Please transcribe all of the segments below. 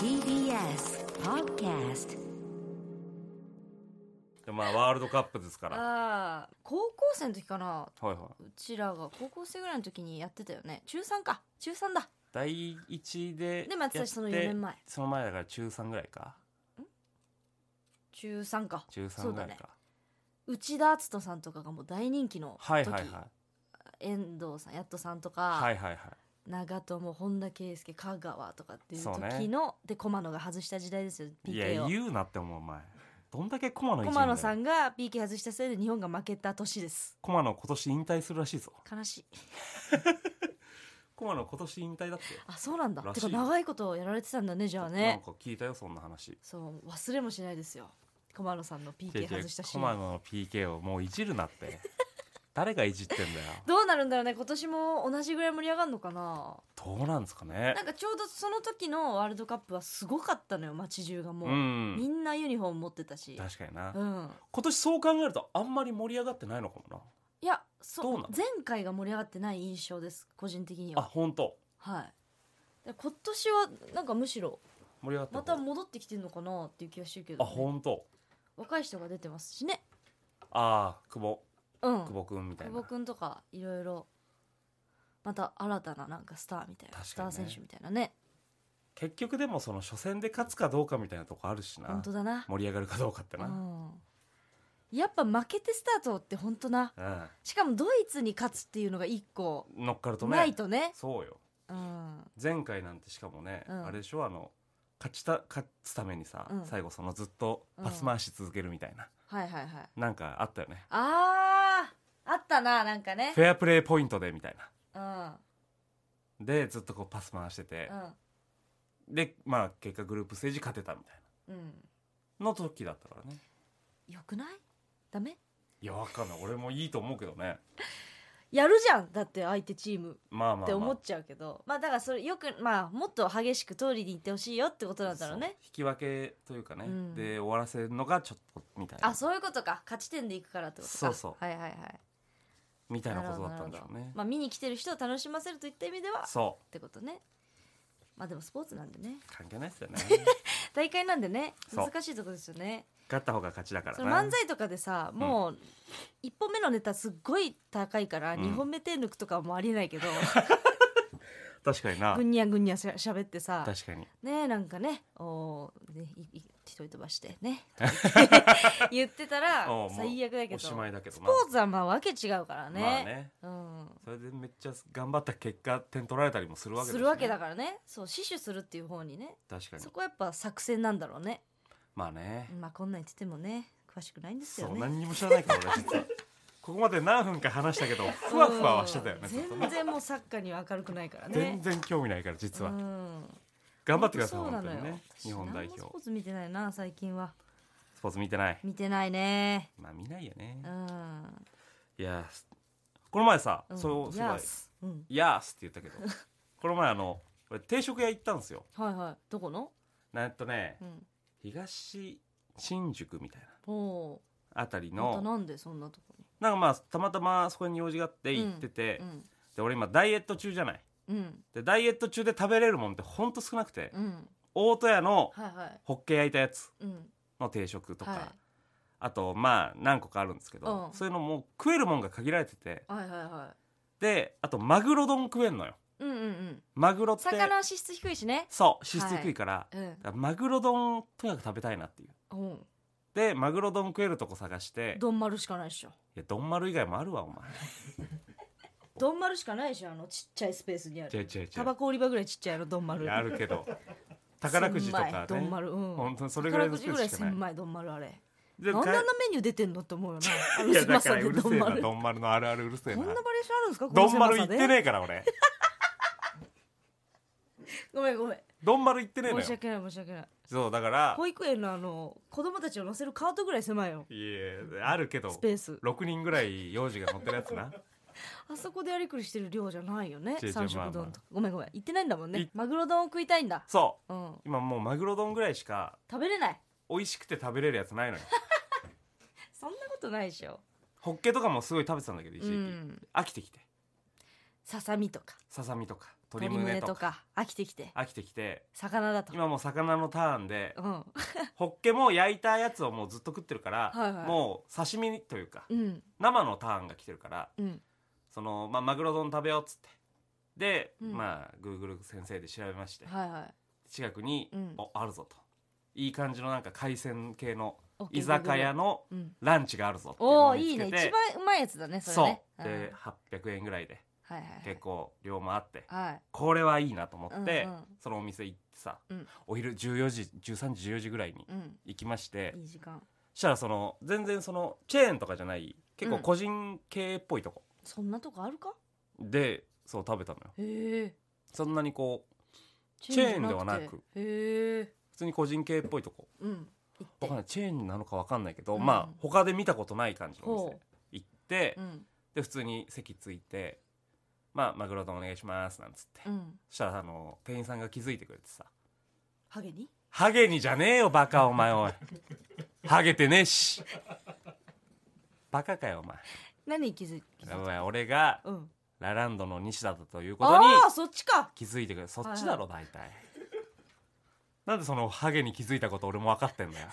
TBS Podcast でまあワールドカップですからはあー高校生の時かないはいうちらが高校生ぐらいの時にやってたよね中3か中3だ第一でで松や橋ってその4年前その前だから中三ぐらいか中3か中そ三うぐだらいねか、内田篤人さんとかがもう大人気の時、はいはいはい遠藤さんやっとさんとか、はいはいはい長友本田圭佑香川とかっていうそうね時の、で駒野が外した時代ですよいや PK を言うなって思うお前どんだけ駒野一員だ駒よ野さんが PK 外したせいで日本が負けた年です駒野今年引退するらしいぞ悲しい駒野今年引退だってあそうなんだらしいてか長いことやられてたんだねじゃあなんねか聞いたよそんな話そう忘れもしないですよ駒野さんの違う違 PK う外したシ駒ー野ンの PK をもういじるなって 誰がいじってんだよどうなるんだろうね今年も同じぐらい盛り上がるのかなどうなんですかねなんかちょうどその時のワールドカップはすごかったのよ街中がもう、うんみんなユニフォーム持ってたし確かにな、うん今年そう考えるとあんまり盛り上がってないのかもいやどうそなの前回が盛り上がってない印象です個人的になあは本当はいで今年はなんかむしろ盛り上がってまるた戻ってきてるのかなっていう気がしてるけどあね、本当若い人が出てますしねああ久保うん久保くんみたい久な保くんとかいろいろまた新たななんかスターみたいな、確スかタにーね選手みたいなね結局でもその初戦で勝つかどうかみたいなとこあるしな本当だな、盛り上がるかどうかってうな、うんん、やっぱ負けてスタートって本当なしかもドイツに勝つっていうのが一個乗っかるとねないとねそうようん前回なんてしかもね、うんあれでしょあの勝ちた勝つためにさ、うん最後そのずっとパス回し続けるみたいな、はいはいはいなんかあったよねあーあったななんかねフェアプレーポイントでみたいなうんうんでずっとこうパス回してて、でまあ結果グループステージ勝てたみたいうんなの時だったからねよくないダメいやわかんない俺もいいと思うけどねやるじゃんだって相手チームまあまあ、まあ、って思っちゃうけど、まあだからそれよくまあもっと激しく通りに行ってほしいよってことなんだろうそね引き分けというかね、うんで終わらせるのがちょっとみたいあなそういうことか勝ち点でいくからってことかそうそうはいはいはいみたいなことだったるんでしょほうどね、まあ見に来てる人を楽しませるといった意味ではっそてことねまあでもスポーツなんでねう関係ないっすよ ね大会なんでねそう難しいとこですよね勝った方が勝ちだからそなの漫才とかでさもう1本目のネタすっごい高いからうん2本目手抜くとかはもうありえないけ ど、確かになぐんにゃぐんにゃしゃしゃべってさ確かにねえなんかねおーねいい一人飛ばして ね言ってたらおうもう最悪だけおどしスポまーいだけどなツはまあわけ違うからね,、まあねうんそれでめっちゃ頑張った結果点取られたりもするわけだしすねるわけだからねそう死守するっていう方にね確かにそこはやっぱ作戦なんだろうねまあねまあこんなん言っててもね詳しくないんですよそうね何にも知らないから 俺実はここまで何分か話したけどふわふわはしてたよねうんずっと全ね然もうサッカーには明るくないからね全然興味ないから実はうん頑張ってくださいそうな本の当よにね日本代表私何もスポーツ見てないな最近はスポーツ見てない見てないねまあ見ないよねうんいやーすこの前さうんそうすごいやーすうん「いやーす」って言ったけどこの前あの俺定食屋行ったんですよはいはいどこのなんとねうん東新宿みたいなおあたりーまのたなんでそんなとこなんかまあたまたまそこに用事があって行ってて、にうんで俺今ダイエット中じゃないうんでダイエット中で食べれるもんってほんと少なくて、うん大戸屋のはいはいホッケ焼いたやつうんの定食とか、はあとまあ何個かあるんですけど、うんそういうのも食えるもんが限られてていはいはいはであとマグロ丼食えんのよいうんうんうんマグロって魚は脂質低いしねそう脂質低いから,、うんマグロ丼とにかく食べたいなっていううんでマグロ丼食えるとこ探して丼丸しかないっしょいや丼丸以外もあるわお前丼丸しかないじゃんあのちっちゃいスペースにあ違うる違う違うタバコ売り場ぐらいちっちゃいの丼い丸やあるけど宝くじと千か枚丼ね丸うん本当にそれぐらいのス宝くじペぐーらいスしかない千枚丼丸あれでなんであんかなメニュー出てんのって思うよなあのいやだ狭かさらでうるせ丼えな丸こ丼丸のあるあるうるせえんなバなリエーションあるんですかこの丼丸狭さ行っでてねえから俺ごめんごめん丼丸行ってねえの申よし訳ない申し訳ないそうだから保育園のあの子供たちを乗せるカートぐらい狭いよいやあるけどスペース6人ぐらい幼児が乗ってるやつなあそこでやりくりしてる量じゃないよね違う違う三色まあま丼あとかごめんごめん行ってないんだもんねいマグロ丼を食いたいんだそうんう今もうマグロ丼ぐらいしか食べれない美味しくて食べれるやつないのよそんなことないでしょホッケとかもすごい食べてたんだけど一う時期ん飽きてきてささみとかささみとか鶏胸とかか飽きてきて飽きてきて魚だと今もう魚のターンでうんホッケも焼いたやつをもうずっと食ってるからはいはいもう刺身というかうん生のターンが来てるからうんその、まあ、マグロ丼食べようっつってで、うんまあグーグル先生で調べましてはいはい近くに、うんおあるぞといい感じのなんか海鮮系の OK 居酒屋のうんランチがあるぞっていうのおをお見いいつねけ一て番うまいやつだねそれねそう、んで800円ぐらいではいはいはい結構量もあって、はいこれはいいなと思って、うんうんそのお店行ってさ、うんお昼14時13時14時ぐらいにうん行きまして、いい時間したらその全然そのチェーンとかじゃない結構うん個人系っぽいとこそんなとこあるかでそう食べたのよへえそんなにこうチェーンではなくェーンじゃてへえ普通に個人系っぽいとこうん行ってわかんないチェーンなのかわかんないけど、うんまあ他で見たことない感じのおほ店行って、うんで普通に席ついて「まあマグロ丼お願いします」なんつって、うんそしたらあの店員さんが気づいてくれてさハゲに「ハゲにじゃねえよバカお前おいハゲてねえしバカかよお前何気づいたお前俺がうんラランドの西田だということにああそっちか気づいてくれそっちだろ大体なんでそのハゲに気づいたこと俺も分かって んだよ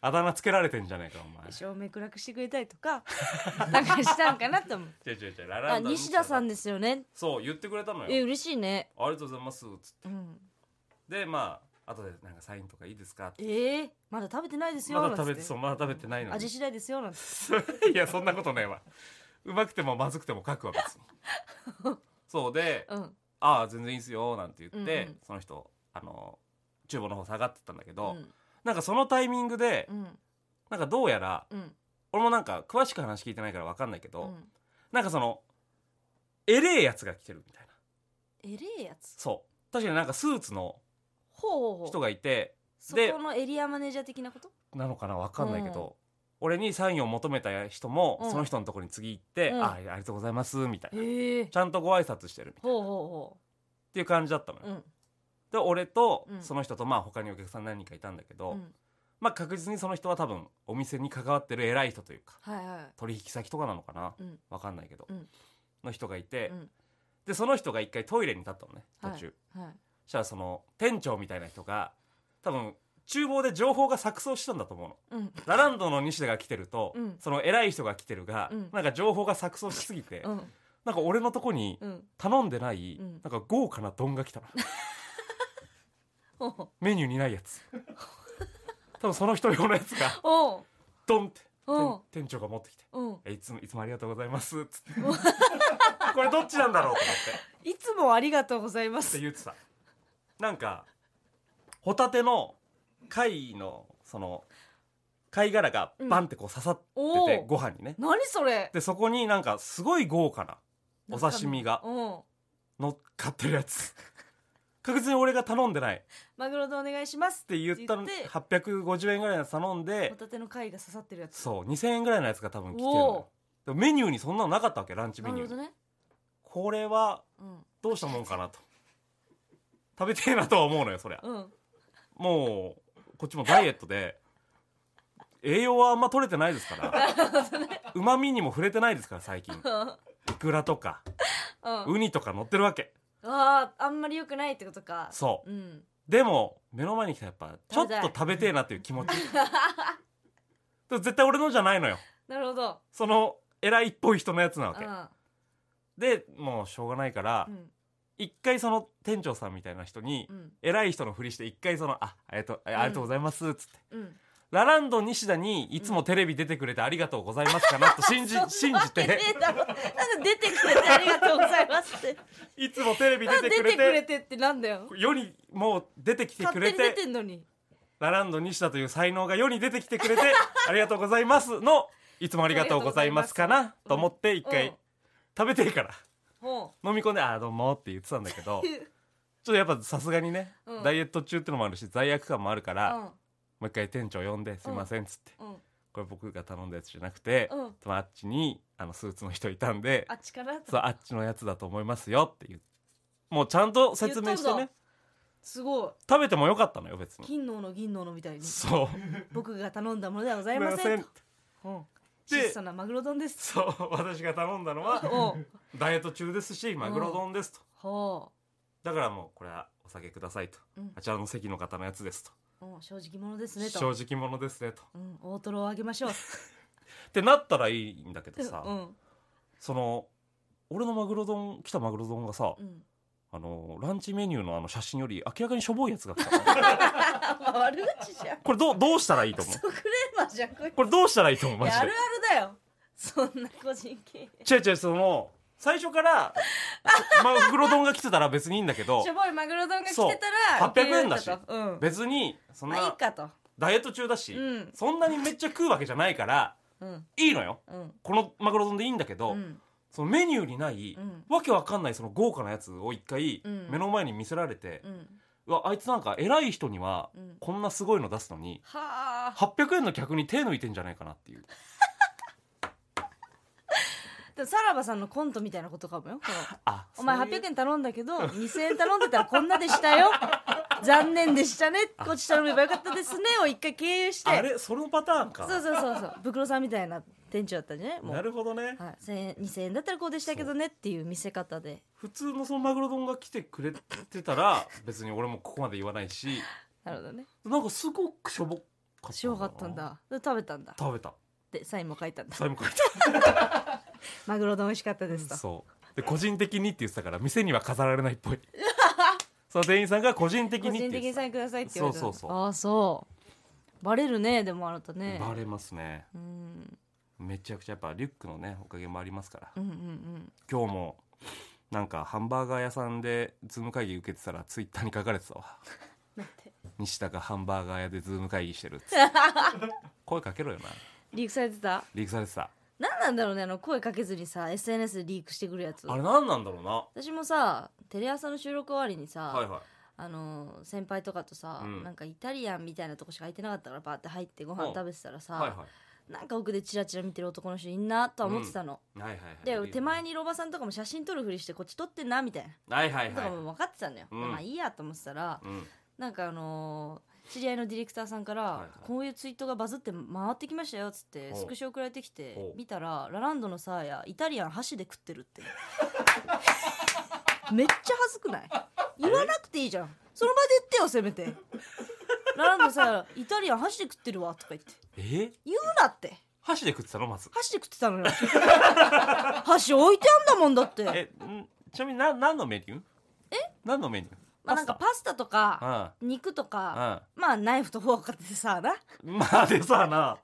あだ名つけられてんじゃねえかお前照明暗くしてくれたりとかなんかしたんかなと思う違う違う違うララあンドの西田さんだですよねそう言ってくれたのえよ嬉しいねありがとうございますつっうてんでまあ後でなんかサインとかいいですかってええまだ食べてないですよまだ食べなてんつってそうまだ食べてないのに味次第ですよなんて いやそんなことねえわうまくてもまずくても書くわ別にそうでうん「ああ全然いいっすよ」なんて言って、うんうんその人あの厨房の方下がってったんだけうど、んなんかそのタイミングで、うんなんかどうやらうん俺もなんか詳しく話聞いてないから分かんないけうど、んなんかそのエレえやつが来てるみたいなえれえやつそう確かになんかスーツのほうほうほ人うがいてそでこのエリアマネージャー的なことなのかな分かんないけど、俺にサインを求めた人も、うんその人のところに次行って「うんあありがとうございます」みたいな、へえちゃんとご挨拶してるみたいなほうほっていう感じだったのうよ、ほううんで俺とうんその人とまあ他にお客さん何人かいたんだけど、うんまあ確実にその人は多分お店に関わってる偉い人というかはいは取引先とかなのかな、いうんわかんないけど、うんの人がいて、うんでその人が一回トイレに立ったのね途中、はいそしたらその店長みたいな人が多分厨房で情報が錯綜したんだと思うのうんラランドの西田が来てると、うんその偉い人が来てるが、うんなんか情報が錯綜しすぎて、うんなんか俺のとこにうん頼んでない、うんなんか豪華な丼が来たのほうほうメニューにないやつ 多分その人用のやつがおうドンってうん店店長が持ってきてうんえいつもいつもありがとうござ いますっつってこれどっちなんだろうと思っていつもありがとうございまってす言ってたなんかホタテの貝のその貝殻がバンってこう刺さっておて、おご飯にね何それでそこになんかすごい豪華なお刺身がうん乗っかってるやつ確実に俺が頼んでないっマグロ丼お願いしますて言ったの言って850円ぐらいのやつ頼んでホタテの貝が刺さってるやつそう2000円ぐらいのやつが多分来てるのおよおでもメニューにそんなのなかったわけランチなメるニュほーにどねこれはうんどうしたもんかなと食べてえなとは思うのよそりゃうんもうこっちもダイエットで栄養はあんま取れてないですからうまみにも触れてないですから最近うんイクラとか うんウニとか乗ってるわけあーあんまり良くないってことか、そうん、でも目の前に来たやっぱちょっと食べてえなっていう気持ちでも絶対俺のじゃないのよなるほどその偉いっぽい人のやつなわけあでもうしょうがないからーうん一回その店長さんみたいな人にうん偉い人のふりして一回その「あありがとうあありがとうございます」っつってうんラランド西田にいつもテレビ出てくれてありがとうございますかなと信じ そんなわけ信じねてえだろなんか出てくれてありがとうございますっていつもテレビなん 出でて出てくれくれててってなんだよ世にもう出てきてく勝れ手にて出てんのにラランド西田という才能が世に出てきて くれてありがとうございますのいつもありがとうございますかありがなととうございます思って一うん回食べてえからほ飲み込んで「ああどうも」って言ってたんだけど うちょっとやっぱさすがにねうんダイエット中ってのもあるし罪悪感もあるかうらんもう一回店長呼んで「すいません」っつってうんこれ僕が頼んだやつじゃなくてうんまああっちにあのスーツの人いたんであっちかなそうあっちのやつだと思いますよっていうもうちゃんと説明して言ったんねだすご食べてもよかったのよ別いに金の斧銀の斧みたいにそう僕が頼んだものではござすいませんといまうん質で素なマグロ丼ですそう私が頼んだのはおうダイエット中ですしマグロ丼ですとほだからもうこれはお酒くださいと、うんあちらの席の方のやつですとううん正直者ですねと正直者ですねとうん、大トロをあげましょうってなったらいいんだけどさ、うんその俺のマグロ丼来たマグロ丼がさ、うんあのランチメニューのあの写真より明らかにしょぼいやつが来たあまあ悪口じゃんこれどうどうしたらいいと思そううクレーマーじゃんこれこれどうしたらいいと思ういマやジあでるあるだよそんな個人経営違う違うその最初からマグロ丼が来てたら別にいいんだけど しょぼいマグロ丼が来てたそうら800円だし受け入れるとうん別にそんまあいいなかとダイエット中だし、うんそんなにめっちゃ食うわけじゃないからうんいいのようんこのマグロ丼でいいんだけど、うんそのメニューにない、うんわけわかんないその豪華なやつを一回うん目の前に見せられて、うんうわあいつなんか偉い人にはうんこんなすごいの出すのにはあ800円の客に手抜いてんじゃないかなっていうでもさらばさんのコントみたいなことかもよこうあお前そういう800円頼んだけど2000円頼んでたらこんなでした よ残念でしたねこっち頼めばよかったですねを一回経由してあれそのパターンかそうそうそうそうブクロさんみたいな店長だったんじゃないもう なるほどねはい、1000円2000円だったらこうでしたけどねっていう見せ方で普通のそのマグロ丼が来てくれてたら 別に俺もここまで言わないしなるほどねなんかすごくしょぼかったなしよかったんだで食べたんだ食 べたでサインも書いたんだ最後書いマグロ丼美味しかったですとたそうで個人的にって言ってたから店には飾られないっ ぽいその店員さんが個人的個にっ人て言的にってたサインくださいって言われたそうそうそうああそうバレるねでもあなたねバレますねうんめちゃくちゃやっぱリュックのねおかげもありますからうんうんうん今日もなんかハンバーガー屋さんでズーム会議受けてたらツイッターに書かれてたわなんて西田がハンバーガー屋でズーム会議してるっ つって声かけろよなリークされてたリークされてた何なんだろうねあの声かけずにさ SNS でリークしてくるやつあれ何なんだろうなは私もさテレ朝の収録終わりにさ、いはいあの先輩とかとさ、うんなんかイタリアンみたいなとこしか空いてなかったからバーって入ってご飯うん食べてたらさ、はいはいなんか奥でチラチラ見てる男の人いんなとは思ってたの、はいはいはいで手前にいるおばさんとかも写真撮るふりしてこっち撮ってんなみたいなはいはいとはかいも分かってたのよ、うんまあいいやと思ってたらうんなんかあのー知り合いのディレクターさんから、はいはいこういうツイートがバズって回ってきましたよっつっておうスクショ送られてきておう見たらラランドのサーヤイタリアン箸で食ってるって めっちゃ恥ずくない言わなくていいじゃんその場で言ってよせめてラランドサーヤイタリアン箸で食ってるわとか言ってえ言うなって箸で食ってたのまず箸で食ってたのよ 箸置いてあんだもんだってえんちなみにな何のメニューえ何のメニューまあなんかパスタとかあ肉とかあまあナイフとフォークってさなうん まあでさな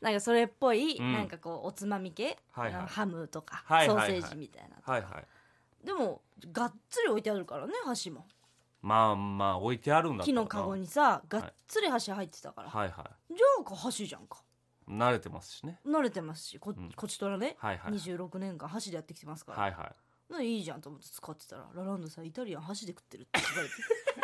なんかそれっぽい、うんなんかこうおつまみ系、はいはいあのハムとか、はいはいはいソーセージみたいなはいはいでもがっつり置いてあるからね箸もまあまあ置いてあるんだった木らなのカゴにさがっつり箸入ってたから、はいはじゃあか箸じゃんかい慣れてますしね慣れてますしこ,、うんこちとらね、はいはい26年間箸でやってきてますから、はいはいなんでいいじゃんと思って使ってたらラランドさんイタリアン箸で食ってるって言われ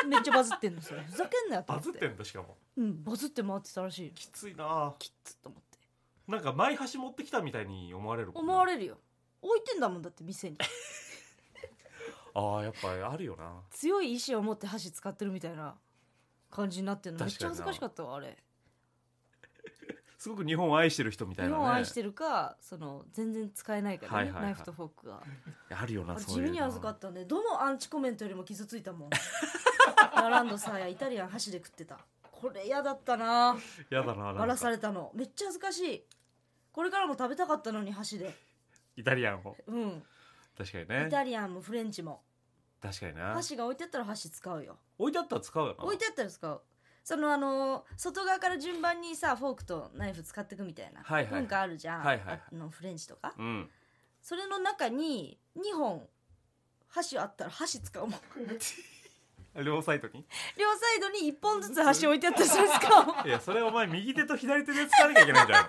て めっちゃバズってんのそれふざけんなよとバ思ズっっててんだしかもうん、バズって回ってたらしいよきついなきっつと思ってなんか前箸持ってきたみたいに思われる思われれるよ置いてんだもんだって店にああやっぱりあるよな強い意志を持って箸使ってるみたいな感じになってるのめっ確ちかゃにな恥ずかしかったわあれすごく日本を愛してる人みたい日なね本を愛してるかその全然使えないからね、はいはいはいナイフとフォークがあるよあなれそう地いう味に恥ずかったねどのアンチコメントよりも傷ついたも んラランドさやイタリアン箸で食ってたこれ嫌だったなたやだななんかバラされたのめっちゃ恥ずかしいこれからも食べたかったのに箸でイタリアンをうん確かにイねタリアンもフレンチも確かにな箸が置いてあったら箸使うよ置いてあったら使うよな置いてあったら使うそのあのー外側から順番にさフォークとナイフ使っていくみたいなはいはいはい文化あるじゃん、はいはいはいあのフレンチとかうんそれの中に2本箸あったら箸使うもん 両サイドに両サイドに1本ずつ箸置いてあったらそれ使うもんいやそれお前右手と左手で使わなきゃいけないんじゃないの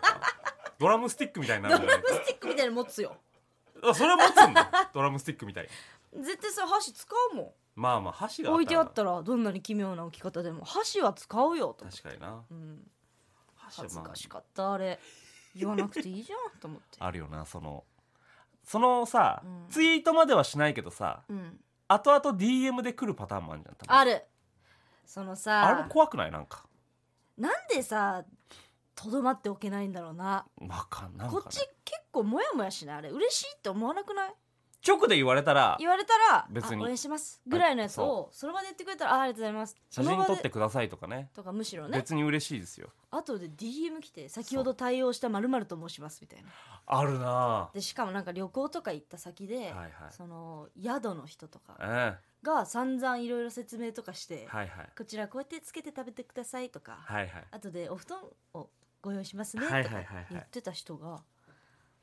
ドラムスティックみたいになドラるんムじゃないスティックみたいなの持つよあそれは持つんだドラムスティックみたいに絶対それ箸使うもまあまあ箸がん置いてあったららどんなに奇妙な置き方でも箸は使うよと、確かになうん、箸は恥ずまあかしかったあれ言わなくていいじゃんと思ってあるよなそのそのさ、うんツイートまではしないけどさうん後々 DM で来るパターンもあるじゃん多分あるそのあれさも怖くないなんかなんでさとどまっておけないんだろうなわかんなんか、こね、っち結構モヤモヤしないあれ嬉しいって思わなくない直で言われたら言われたら「別にあ応援します」ぐらいのやつをその場で言ってくれたら「あありがとうございます」写真撮っその場てでくださいとかねとかむしろね別に嬉しいですよ後で DM 来て「先ほど対応したまると申します」みたいなあるなでしかもなんか旅行とか行った先で、ぁはいはいその宿の人とかうんはが散々いろいろ説明とかして、いはいこちらこうやってつけて食べてくださいとか、はいはい後でお布団をご用意しますねとはいかはいはいはい言ってた人が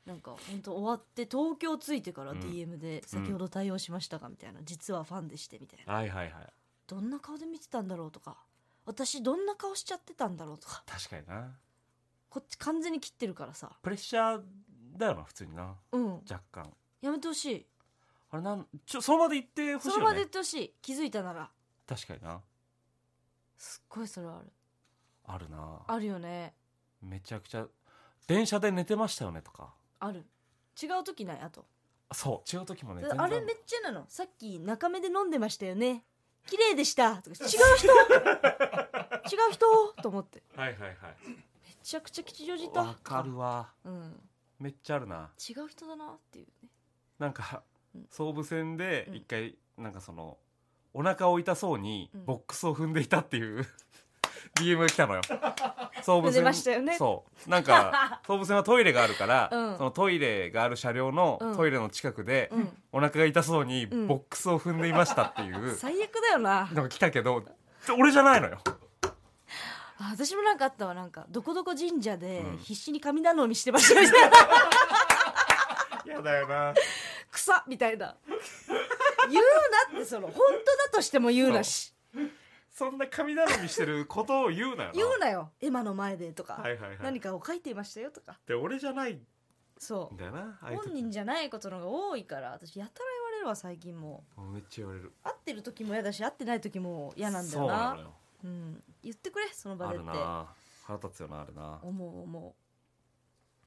なんか本当終わって東京着いてからうん DM で先ほど対応しましたかみたいな、実はファンでしてみたいなはいはいはいどんな顔で見てたんだろうとか私どんな顔しちゃってたんだろうとか確かになこっち完全に切ってるからさプレッシャーだよな普通になうん若干やめてほしいあれなんちょその場で言ってほしそいの場でよ言ねってほしい気づいたなら確かになすっごいそれはあるあるなあるよねめちゃくちゃ電車で寝てましたよねとかある違う時ないあとそう違う時もねだあれめっちゃなのさっき中目で飲んでましたよね綺麗でしたとか違う人 違う人と思ってはいはいはいめちゃくちゃ吉祥寺いたわかるわうんめっちゃあるな違う人だなっていうねなんかうん総武線でうん一回なんかそのお腹を痛そうにうんボックスを踏んでいたっていう DM が来たのよ総踏んでましたよねそうな んか総武線はトイレがあるから、うんそのトイレがある車両のうんトイレの近くで、うんお腹が痛そうにうんボックスを踏んでいましたっていう 最悪だよなのが来たけど俺じゃないのよあ私もなんかあったわなんかどこどこ神社でうん必死に神頼みしてましたみた いなやだよな草みたいな言うなってその本当だとしても言うなしそんな神頼みしてることを言うなよな言うなよ絵馬の前でとか、はいはいはい何かを書いていましたよとかで俺じゃないんそうだよなああいう時本人じゃないことの方が多いから私やたら言われるわ最近ももうめっちゃ言われるう会ってる時も嫌だし会ってない時も嫌なんだよそうななのようん、言ってくれその場あでっるてな腹立つよなあるな思う思